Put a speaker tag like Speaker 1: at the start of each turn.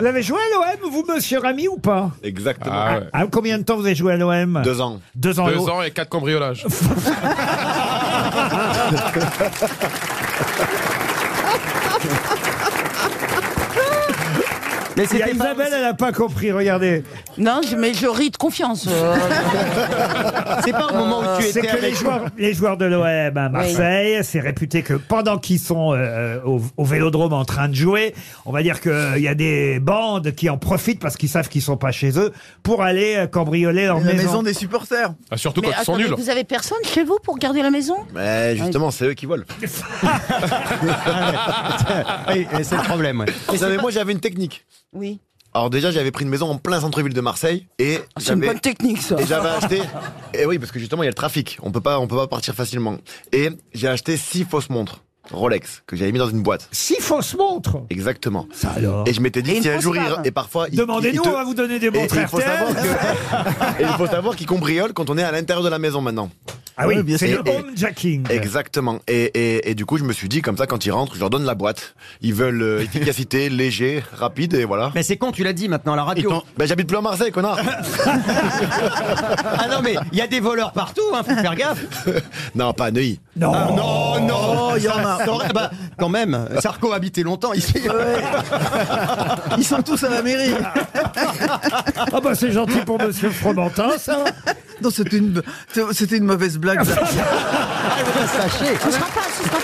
Speaker 1: Vous avez joué à l'OM, vous, monsieur Rami, ou pas
Speaker 2: Exactement.
Speaker 1: Ah, ah, Combien de temps vous avez joué à l'OM
Speaker 2: Deux ans.
Speaker 1: Deux ans.
Speaker 3: Deux ans et quatre cambriolages.
Speaker 1: Mais Isabelle, elle n'a pas compris, regardez.
Speaker 4: Non, je- mais je ris de confiance. euh.
Speaker 5: C'est pas au moment
Speaker 2: Ah,
Speaker 5: où tu
Speaker 1: C'est
Speaker 5: étais
Speaker 1: que les
Speaker 5: avec
Speaker 1: joueurs, les joueurs de l'OM à Marseille, c'est réputé que pendant qu'ils sont euh, au, au vélodrome en train de jouer, on va dire qu'il y a des bandes qui en profitent parce qu'ils savent qu'ils sont pas chez eux pour aller euh, cambrioler leur
Speaker 6: La
Speaker 1: maison.
Speaker 6: maison des supporters.
Speaker 3: Ah, surtout
Speaker 4: mais
Speaker 3: quand ils sont
Speaker 4: attendez,
Speaker 3: nuls.
Speaker 4: vous avez personne chez vous pour garder la maison
Speaker 2: Mais justement, c'est eux qui volent.
Speaker 5: Ah. Oui, et c'est le problème. ouais.
Speaker 2: Non, mais moi, j'avais une technique.
Speaker 4: Oui.
Speaker 2: Alors déjà, j'avais pris une maison en plein centre-ville de Marseille et
Speaker 4: Ah, C'est une
Speaker 2: j'avais
Speaker 4: bonne technique, ça.
Speaker 2: et j'avais acheté. Et oui, parce que justement, il y a le trafic. On peut pas, on peut pas partir facilement. Et j'ai acheté six fausses montres Rolex que j'avais mis dans une boîte.
Speaker 1: Six fausses montres
Speaker 2: Exactement.
Speaker 1: Ça alors
Speaker 2: Et je m'étais
Speaker 4: Et
Speaker 2: dit
Speaker 4: une
Speaker 2: si un
Speaker 4: fausse
Speaker 2: jour, ils-
Speaker 4: barbe.
Speaker 2: et parfois, ils-
Speaker 1: Demandez-nous,
Speaker 2: ils te-
Speaker 1: on va vous donner des
Speaker 2: Et, et
Speaker 1: montres
Speaker 2: il faut
Speaker 1: RTL.
Speaker 2: savoir que- et il faut savoir qu'ils cambriolent quand on est à l'intérieur de la maison maintenant.
Speaker 1: Ah oui,
Speaker 6: Ouais, bien
Speaker 1: c'est
Speaker 2: sûr.
Speaker 1: le
Speaker 2: Et-
Speaker 1: home jacking.
Speaker 2: Exactement. Et, et, et du coup, je me suis dit, comme ça, quand ils rentrent, je leur donne la boîte. Ils veulent euh, efficacité, léger, rapide, et voilà.
Speaker 5: Mais c'est con, tu l'as dit maintenant à la radio.
Speaker 2: Ben, j'habite plus à Marseille, connard.
Speaker 5: Ah non, mais il y a des voleurs partout, hein, faut faire gaffe.
Speaker 2: non, pas à Neuilly.
Speaker 1: Non.
Speaker 5: Oh non,
Speaker 6: il y en a.
Speaker 5: ça aurait- bah, quand même, Sarko a habité longtemps ici.
Speaker 6: Ils sont tous à la mairie.
Speaker 1: Ah bah c'est gentil pour Monsieur Fromentin, ça.
Speaker 6: Non, c'était une, c'était une mauvaise blague.
Speaker 5: Ah, je vais pas se lâcher.
Speaker 4: Ce sera pas, ce sera